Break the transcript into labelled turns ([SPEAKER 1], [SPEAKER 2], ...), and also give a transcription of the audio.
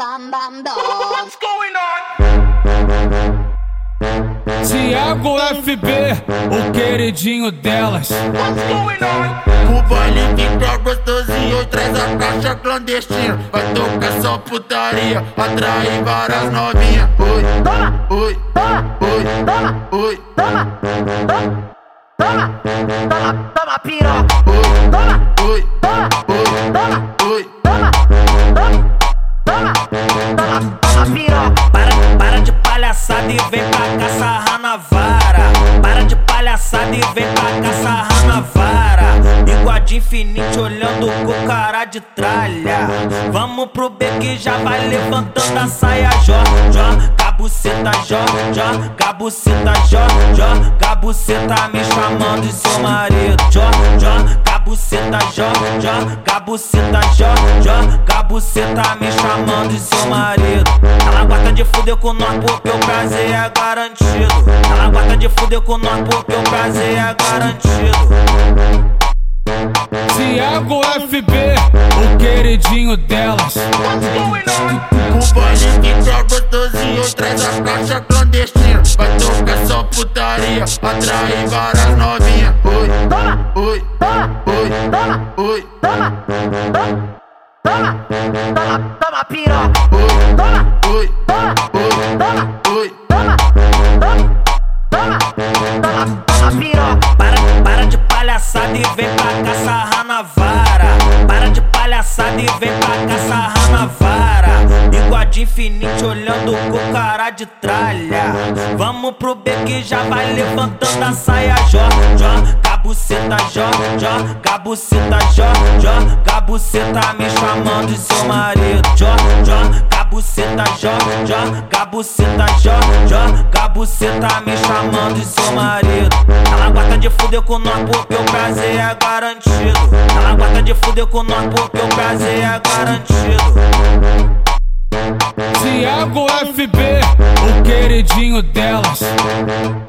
[SPEAKER 1] What's going on?
[SPEAKER 2] Tiago FB, o queridinho delas.
[SPEAKER 1] What's going on?
[SPEAKER 3] O baile fica gostosinho, traz a caixa clandestina. Vai tocar só putaria, atrai várias novinhas. Oi, toma, oi, toma, oi, toma, oi, toma, toma, toma, toma, piroca. Oi, toma, oi, toma, oi, toma, oi, toma, toma, toma, toma, toma, piroca.
[SPEAKER 4] Para, para de palhaçada e vem pra cá sarrar na vara. Para de palhaçada e vem pra cá sarrar na vara. Bigode infinito olhando com cara de tralha. Vamos pro B que já vai levantando a saia. Jó, jó, cabuceta, jó, jó, cabuceta, jó, jó, cabuceta me chamando de seu marido. Jó, jó, cabuceta, jó, jó, cabuceta, jó, jó, cabuceta me chamando de seu marido. Ela gosta de fuder com nós porque o prazer é garantido. Ela gosta de fuder com nós porque o prazer é garantido.
[SPEAKER 2] Tiago FB, o queridinho delas.
[SPEAKER 1] What's going on?
[SPEAKER 3] O baile fica gostosinho, traz a caixa clandestina. Vai tocar só putaria, atrai várias novinhas. Oi, toma, oi, toma, oi, toma, oi, toma, toma, toma, toma, piroca. Oi, toma, oi, toma, oi, toma, oi, toma, toma, toma, toma, toma, piroca.
[SPEAKER 4] Para, para de palhaçada e vem pra cá sarrar na vara. Para de palhaçada e vem pra cá sarrar na vara. Bigode infinito olhando com cara de tralha. Vamos pro B que já vai levantando a saia. Jó, jó, cabuceta, jó, jó, cabuceta, jó, jó, cabuceta me chamando de seu marido. Jó, jó, cabuceta, jó, jó, cabuceta, jó, jó, cabuceta me chamando de seu marido. Ela gosta de fuder com nós porque o prazer é garantido. Ela gosta de fuder com nós porque o prazer é garantido.
[SPEAKER 2] Tiago FB, o queridinho delas.